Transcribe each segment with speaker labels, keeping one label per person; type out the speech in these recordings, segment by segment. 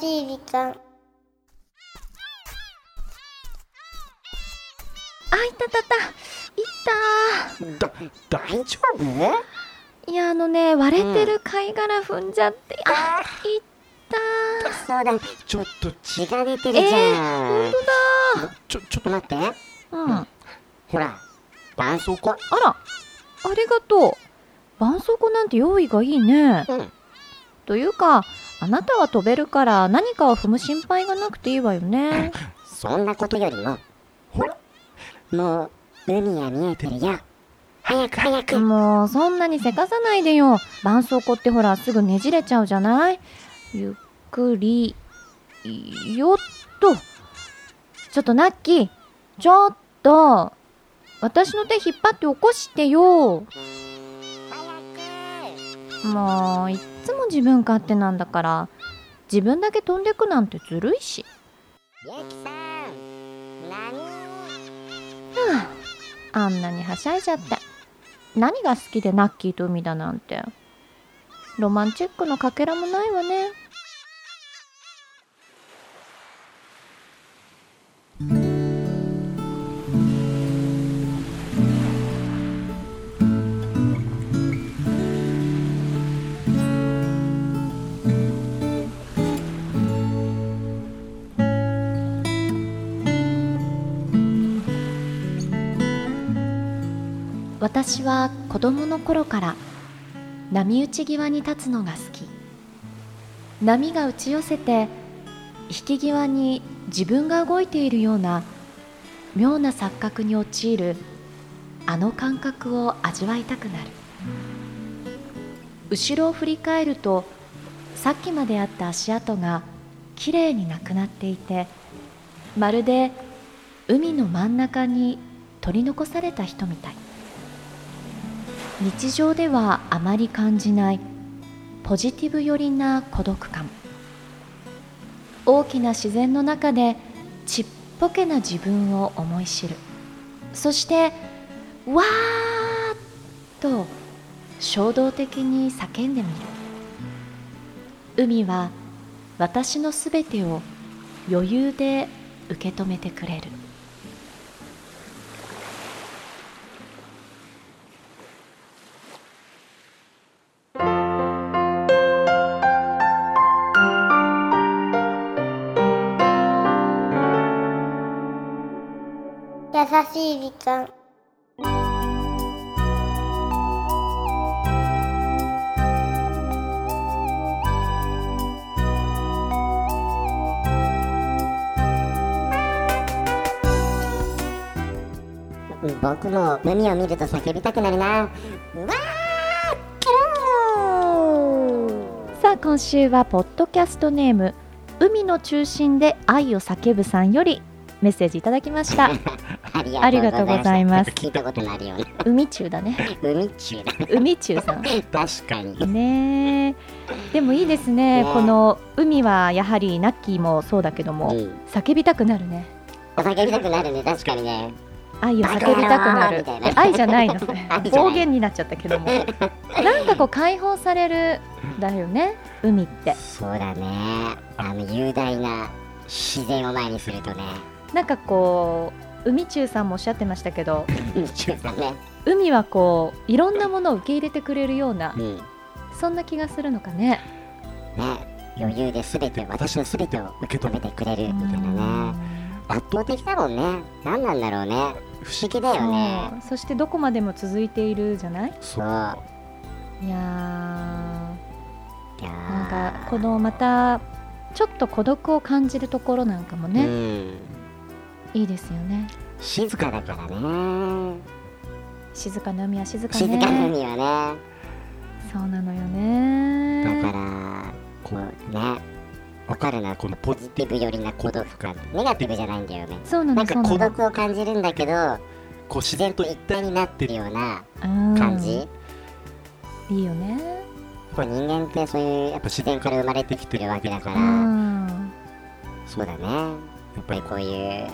Speaker 1: しい時間
Speaker 2: あいたたたいった
Speaker 3: だ大丈夫
Speaker 2: ーいやあのね割れてる貝殻踏んじゃって、あいったー
Speaker 3: そうだちょっと血が出て
Speaker 2: え
Speaker 3: るじ
Speaker 2: ー、
Speaker 3: ゃん、
Speaker 2: ほんとだ
Speaker 3: ちょちょっと待って
Speaker 2: ーうんあ
Speaker 3: ほら絆創膏
Speaker 2: らありがとう絆創膏なんて用意がいいね
Speaker 3: うん
Speaker 2: というかあなたは飛べるから何かを踏む心配がなくていいわよね
Speaker 3: そんなことよりもほらもう海が見えてるよ早く早く
Speaker 2: もうそんなにせかさないでよ絆創膏ってほらすぐねじれちゃうじゃないゆっくりよっとちょっとナッキーちょっと私の手引っ張って起こしてよもういっつも自分勝手なんだから自分だけ飛んでくなんてずるいし
Speaker 3: ゆきさん何
Speaker 2: あんなにはしゃいじゃって何が好きでナッキーと海だなんてロマンチックのかけらもないわね私は子供の頃から波打ち際に立つのが好き波が打ち寄せて引き際に自分が動いているような妙な錯覚に陥るあの感覚を味わいたくなる後ろを振り返るとさっきまであった足跡がきれいになくなっていてまるで海の真ん中に取り残された人みたい日常ではあまり感じないポジティブ寄りな孤独感大きな自然の中でちっぽけな自分を思い知るそしてわーっと衝動的に叫んでみる海は私のすべてを余裕で受け止めてくれる
Speaker 1: 優しい時間
Speaker 3: 僕も海を見ると叫びたくなるなわーキロー
Speaker 2: さあ今週はポッドキャストネーム海の中心で愛を叫ぶさんよりメッセージいただき ました
Speaker 3: ありがとうございます。
Speaker 2: ありがとうございます
Speaker 3: 聞いたことないよね。
Speaker 2: 海中だね
Speaker 3: 海中だ。
Speaker 2: 海中さん
Speaker 3: 確かに。
Speaker 2: ねえでもいいですね
Speaker 3: ねえ
Speaker 2: この海はやはりナッキーもそうだけども、
Speaker 3: うん
Speaker 2: 叫びたくなるね
Speaker 3: お酒見たくなるね、確かにね。
Speaker 2: 愛を叫びたくな
Speaker 3: バカ野郎み
Speaker 2: る
Speaker 3: たいな
Speaker 2: え愛じゃ ないの
Speaker 3: ない
Speaker 2: 暴言になっちゃったけどもなんかこう解放されるだよね海って
Speaker 3: そうだね。あの雄大な自然を前にするとね。
Speaker 2: なんかこう海中さんもおっしゃってましたけど
Speaker 3: 海中だ ね。
Speaker 2: 海はこういろんなものを受け入れてくれるような
Speaker 3: うん。
Speaker 2: そんな気がするのかね。
Speaker 3: ね。余裕で全て、私の全てを受け止めてくれるみたいなね。圧倒的だもんね。何なんだろうね。不思議だよね。
Speaker 2: そうそしてどこまでも続いているじゃない
Speaker 3: そう。いや
Speaker 2: いやーな
Speaker 3: ー
Speaker 2: んかこのまたちょっと孤独を感じるところなんかも
Speaker 3: う
Speaker 2: ね、
Speaker 3: ん。
Speaker 2: いいですよね
Speaker 3: 静かだからね。
Speaker 2: 静かな海は静か
Speaker 3: 静かな
Speaker 2: ね
Speaker 3: 海はね。
Speaker 2: そうなのよ
Speaker 3: だか
Speaker 2: ね
Speaker 3: ら、こうね、わかるな、このポジティブ寄りな孤独感。ネガティブじゃないんだよね。
Speaker 2: そうな
Speaker 3: な
Speaker 2: の
Speaker 3: ん
Speaker 2: そ
Speaker 3: か
Speaker 2: う
Speaker 3: 孤
Speaker 2: なの
Speaker 3: 独を感じるんだけど、こう自然と一体になってるような感
Speaker 2: 感
Speaker 3: じ。やっ
Speaker 2: いいよね
Speaker 3: ぱ人間ってそういう、やっぱ自然から生まれてきてるわけだか
Speaker 2: う
Speaker 3: ら、
Speaker 2: ん
Speaker 3: そうだね。やっぱりこういう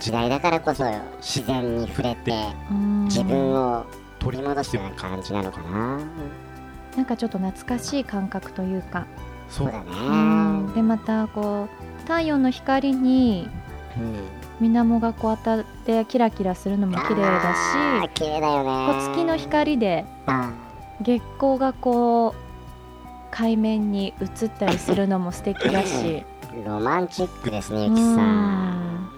Speaker 3: 時代だからこそ、自然に触れて、
Speaker 2: うん
Speaker 3: 自分を取り戻すような感じなのかな。
Speaker 2: なんかちょっと懐かしい感覚というか
Speaker 3: そうだね
Speaker 2: うん、でまたこう太陽の光に
Speaker 3: うん
Speaker 2: 水面がこう当たってキラキラするのも綺麗だ
Speaker 3: あー
Speaker 2: し
Speaker 3: 綺麗だよ
Speaker 2: こう
Speaker 3: ね
Speaker 2: 月の光で
Speaker 3: あ
Speaker 2: 月光がこう海面に映ったりするのも素敵だし
Speaker 3: ーロマンチックですね
Speaker 2: う
Speaker 3: ゆきさん
Speaker 2: ん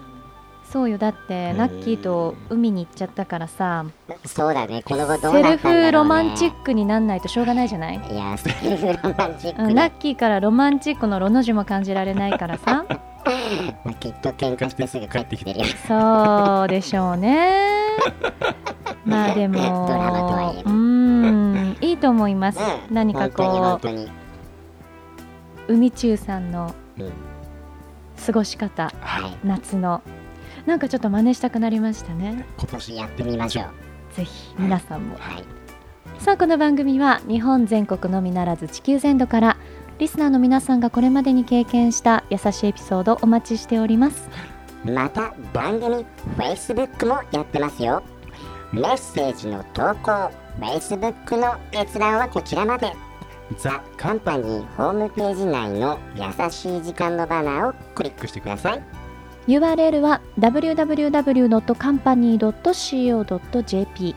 Speaker 2: そうよだってラッキーと海に行っちゃったからさ
Speaker 3: そうだねこの後どうな
Speaker 2: セ
Speaker 3: った
Speaker 2: ル
Speaker 3: んだろう、ね、
Speaker 2: フロマンチックになんないとしょうがないじゃない
Speaker 3: いやセルフロマンチッ
Speaker 2: う
Speaker 3: ク
Speaker 2: ん
Speaker 3: に
Speaker 2: ラッキーからロマンチックのロの字も感じられないからさ
Speaker 3: まあきっと喧嘩してすぐ帰ってきてるよ
Speaker 2: そうでしょ うねまあでも
Speaker 3: ドラマとはいえ
Speaker 2: うんいいと思います
Speaker 3: うん
Speaker 2: 何かこ
Speaker 3: 本当に本
Speaker 2: う海中さんの
Speaker 3: 当に、うん、
Speaker 2: 過ごし方
Speaker 3: はい
Speaker 2: 夏のなんかちょっと真似したくなりましたね
Speaker 3: 今年やってみましょう
Speaker 2: ぜひ皆さんも
Speaker 3: はい
Speaker 2: さあこの番組は日本全国のみならず地球全土からリスナーの皆さんがこれまでに経験した優しいエピソードをお待ちしております
Speaker 3: また番組 Facebook もやってますよメッセージの投稿 Facebook の閲覧はこちらまでザ・カンパニーホームページ内の「優しい時間」のバナーをクリックしてください
Speaker 2: URL は www.company.co.jp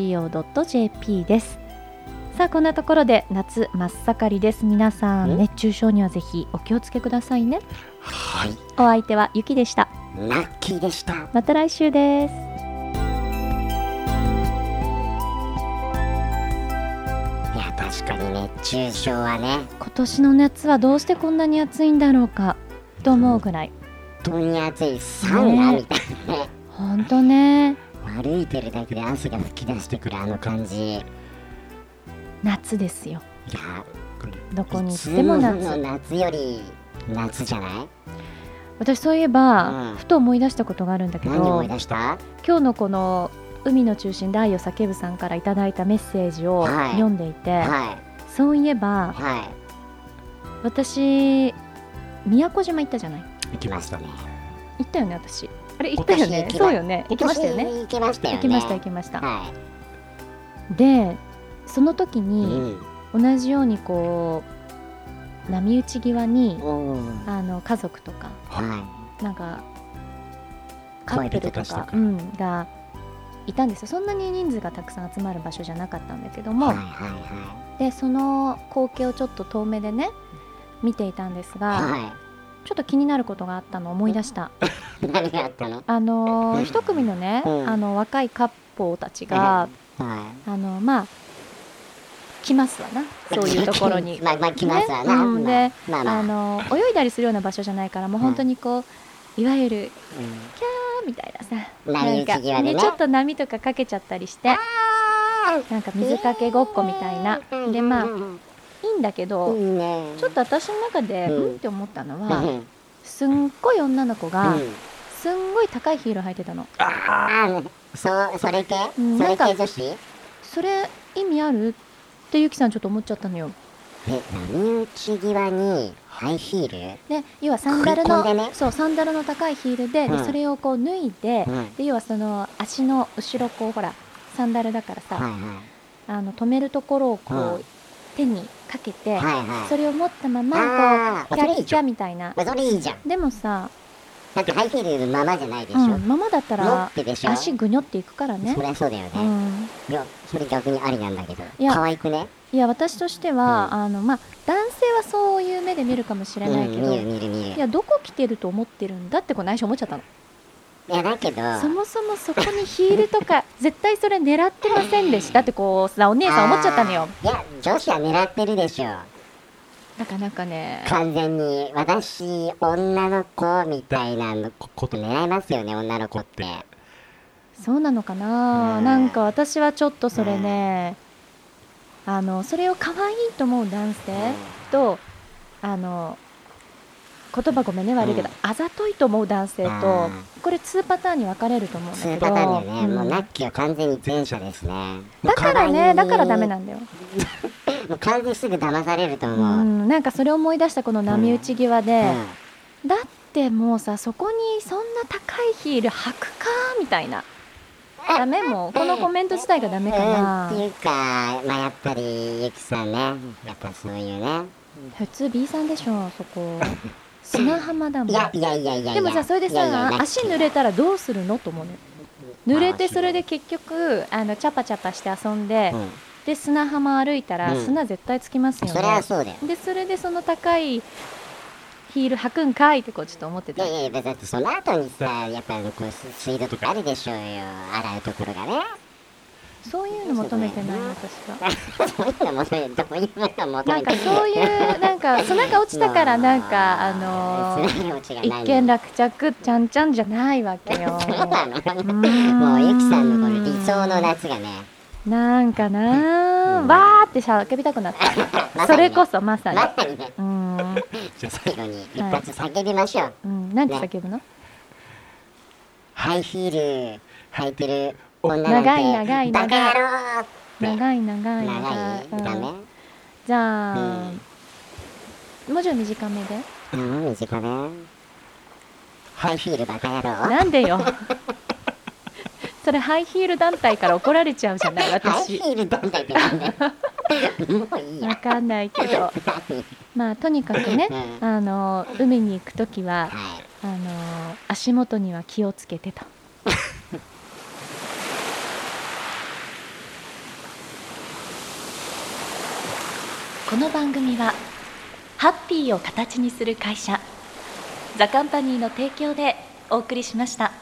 Speaker 2: www.company.co.jp ですさあこんなところで夏真っ盛りです皆さん
Speaker 3: ん
Speaker 2: 熱中症にはぜひお気をつけくださいね
Speaker 3: はい
Speaker 2: お相手はゆきでした
Speaker 3: ラッキーでした
Speaker 2: また来週です
Speaker 3: いや確かに熱中症はね
Speaker 2: 今年の夏はどうしてこんなに暑いんだろうかと思うぐらい
Speaker 3: 本当に暑いサウナ
Speaker 2: ね
Speaker 3: みたいなね
Speaker 2: ほんとね
Speaker 3: 歩いてるだけで汗が噴き出してくるあの感じいや
Speaker 2: 夏ですよ
Speaker 3: これ
Speaker 2: どこに行っても
Speaker 3: いつの
Speaker 2: 夏
Speaker 3: 夏より夏じゃない
Speaker 2: 私そういえば、
Speaker 3: うん
Speaker 2: ふと思い出したことがあるんだけど
Speaker 3: 何思い
Speaker 2: 今
Speaker 3: 出した
Speaker 2: 日のこの「海の中心で愛を叫ぶ」さんからいただいたメッセージを
Speaker 3: はい
Speaker 2: 読んでいて、
Speaker 3: は
Speaker 2: そういえ
Speaker 3: い
Speaker 2: ば
Speaker 3: は
Speaker 2: 私宮古島行ったじゃない
Speaker 3: い行きましたね
Speaker 2: 行ったよね私あれ行ったよ
Speaker 3: 今年行
Speaker 2: ね
Speaker 3: きま
Speaker 2: そうよね行きましたよ
Speaker 3: 今
Speaker 2: ね
Speaker 3: 年行きましたよね
Speaker 2: 行きました行きました
Speaker 3: は
Speaker 2: でその時
Speaker 3: い、
Speaker 2: に、同じようにこう波打ち際に
Speaker 3: うんうん
Speaker 2: あの家族とか
Speaker 3: は
Speaker 2: なんかカップル
Speaker 3: 恋人
Speaker 2: と
Speaker 3: たちと
Speaker 2: か
Speaker 3: か
Speaker 2: うん、がいたんですよそんなに人数がたくさん集まる場所じゃなかったんだけど
Speaker 3: い
Speaker 2: も、
Speaker 3: はいは
Speaker 2: でその光景をちょっと遠目でね見ていたんですが、
Speaker 3: いはいは
Speaker 2: ちょっと気になることがあったのを思い出した
Speaker 3: い 何があったの
Speaker 2: あの
Speaker 3: う
Speaker 2: ー
Speaker 3: ん
Speaker 2: 一組のね、
Speaker 3: うん
Speaker 2: あの若いカップルたちが、
Speaker 3: は
Speaker 2: あのまあ来ますわなそういうところに
Speaker 3: まあまあ来ますわな、
Speaker 2: ねうんで
Speaker 3: まあまあ、
Speaker 2: あの泳いだりするような場所じゃないからもう本当にこう、いわゆる「あーみたいなさ
Speaker 3: 波打ち際でね
Speaker 2: なんかちょっと波とかかけちゃったりしてなんか水かけごっこみたいな
Speaker 3: うん、
Speaker 2: でまあ
Speaker 3: うん
Speaker 2: いいんだけ
Speaker 3: うん
Speaker 2: ど
Speaker 3: いいね
Speaker 2: ちょっと私の中で
Speaker 3: うん
Speaker 2: うんって思ったの
Speaker 3: う
Speaker 2: は
Speaker 3: ん
Speaker 2: すんごい女の子が
Speaker 3: うん
Speaker 2: すんごい高いヒール履いてたの
Speaker 3: ああそうそれ系、
Speaker 2: うん
Speaker 3: そ
Speaker 2: な
Speaker 3: れ
Speaker 2: んか
Speaker 3: 系女子え
Speaker 2: それ意味あるってゆきさんちょっと思っちゃったのよ
Speaker 3: 波打ち際にハイヒー
Speaker 2: で要はサンダル
Speaker 3: 食い込んで
Speaker 2: の
Speaker 3: ね
Speaker 2: そうサンダルの高いヒールで
Speaker 3: う
Speaker 2: で
Speaker 3: ん
Speaker 2: それをこう脱いで
Speaker 3: ルうん
Speaker 2: で要はその足の後ろこうほらサンダルだか
Speaker 3: は
Speaker 2: ら
Speaker 3: い
Speaker 2: さ
Speaker 3: は
Speaker 2: あの止めるところをこ
Speaker 3: う
Speaker 2: う手にかけて
Speaker 3: いはいはい
Speaker 2: それを持ったままこ
Speaker 3: あー
Speaker 2: うキ
Speaker 3: そ
Speaker 2: ャ
Speaker 3: れい
Speaker 2: キ
Speaker 3: いじゃ
Speaker 2: ャ
Speaker 3: ん
Speaker 2: みたいな
Speaker 3: まあそれいいじゃん
Speaker 2: でもさ、
Speaker 3: だってハイヒールのままじゃないでし
Speaker 2: う
Speaker 3: ょ、
Speaker 2: ん、ママだった
Speaker 3: 持
Speaker 2: ら
Speaker 3: ってでしょ
Speaker 2: 足ぐにょっていくからね
Speaker 3: そりゃそうだよね、
Speaker 2: うん、
Speaker 3: いやそれ逆にありなんだけど
Speaker 2: いや
Speaker 3: 可愛くね
Speaker 2: いや私としては、
Speaker 3: う
Speaker 2: あのまあ男性はそういう目で見るかもしれないけど、
Speaker 3: うん、見る見る見る
Speaker 2: いやどこ着てると思ってるんだってこう内緒思っちゃったの、
Speaker 3: いやだけど
Speaker 2: そもそもそこにヒールとか絶対それ狙ってませんでしたってこうさお姉さん思っちゃったのよ
Speaker 3: あーいや女子は狙ってるでしょ
Speaker 2: なかなかね
Speaker 3: 完全に私女の子みたいなのここと狙いますよね女の子って
Speaker 2: そうなのかな、
Speaker 3: うん
Speaker 2: なんか私はちょっとそれね、あのそれを可愛いと思う男性、とあの言葉ごめんね悪いけど、
Speaker 3: うん
Speaker 2: あざといと思う男性と
Speaker 3: あ
Speaker 2: これ2パターンに分かれると思うんだ
Speaker 3: そ
Speaker 2: け
Speaker 3: うい
Speaker 2: ど
Speaker 3: うパターンだよね、
Speaker 2: うん
Speaker 3: もうナッキーは完全に前者ですねもう
Speaker 2: だから
Speaker 3: 可愛
Speaker 2: ね
Speaker 3: い
Speaker 2: だからダメなんだよ、
Speaker 3: もう完全にすぐ騙されると
Speaker 2: う
Speaker 3: 思う、
Speaker 2: ん、なんかそれを思い出したこの波打ち際
Speaker 3: う
Speaker 2: で、
Speaker 3: ん
Speaker 2: だってもうさそこにそんな高いヒール履くかみたいなダメもうこのコメント自体がダメか
Speaker 3: うん、
Speaker 2: な
Speaker 3: っていうか、まあ、やっぱりゆきさんねやっぱそういうね
Speaker 2: 普通 B さんでしょそ こ砂浜だもん
Speaker 3: いやいやいやいやいや
Speaker 2: でもさそれでさ
Speaker 3: いやいやラッキー
Speaker 2: 足濡れたらどうするのと思うのよ濡れてそれで結局あのチャパチャパして遊んで、
Speaker 3: うん
Speaker 2: で砂浜歩いたら
Speaker 3: うん
Speaker 2: 砂絶対つきますよ
Speaker 3: それは
Speaker 2: ね、
Speaker 3: そうだよ
Speaker 2: でそれでその高いヒール履くんかいってこうちょっと思って
Speaker 3: い
Speaker 2: た
Speaker 3: やいやだってその後にさやっぱこうススイートとかあるでしょうよ洗うところがね
Speaker 2: そういうの求めてない私は
Speaker 3: そういうの求めどういうものを求
Speaker 2: な
Speaker 3: め
Speaker 2: ん
Speaker 3: て
Speaker 2: かそういうなん か砂が落ちたからなんかあのー一見落着ちゃんちゃんじゃないわけよ
Speaker 3: そうなの
Speaker 2: ん
Speaker 3: もうゆきさんのこの理想の夏がね
Speaker 2: なんかな
Speaker 3: うん
Speaker 2: ーわーって叫びたくなっ
Speaker 3: まさ
Speaker 2: た そ
Speaker 3: にね
Speaker 2: れこそまさに
Speaker 3: まさ にね
Speaker 2: うーん、
Speaker 3: じゃあ最後に一発叫びましょう、
Speaker 2: うん、なんて叫ぶの
Speaker 3: ハイヒール履いてる女なんて
Speaker 2: 長い長い
Speaker 3: バカ野郎
Speaker 2: 長い長い
Speaker 3: 長いダ
Speaker 2: う
Speaker 3: メ
Speaker 2: ん、じゃあ、
Speaker 3: うん
Speaker 2: もうちょい短めで
Speaker 3: うん短めハイヒールバカ野郎
Speaker 2: なんで よそれハイヒール団体から怒られちゃうじゃない
Speaker 3: ハイヒ
Speaker 2: 私
Speaker 3: ール団体ってなんだよもういい
Speaker 2: わ
Speaker 3: や
Speaker 2: かんないけど
Speaker 3: 何
Speaker 2: まあとにかくね
Speaker 3: うん
Speaker 2: あの海に行く時は
Speaker 3: はい
Speaker 2: あの足元には気をつけてと。 この番組はハッピーを形にする会社ザカンパニーの提供でお送りしました。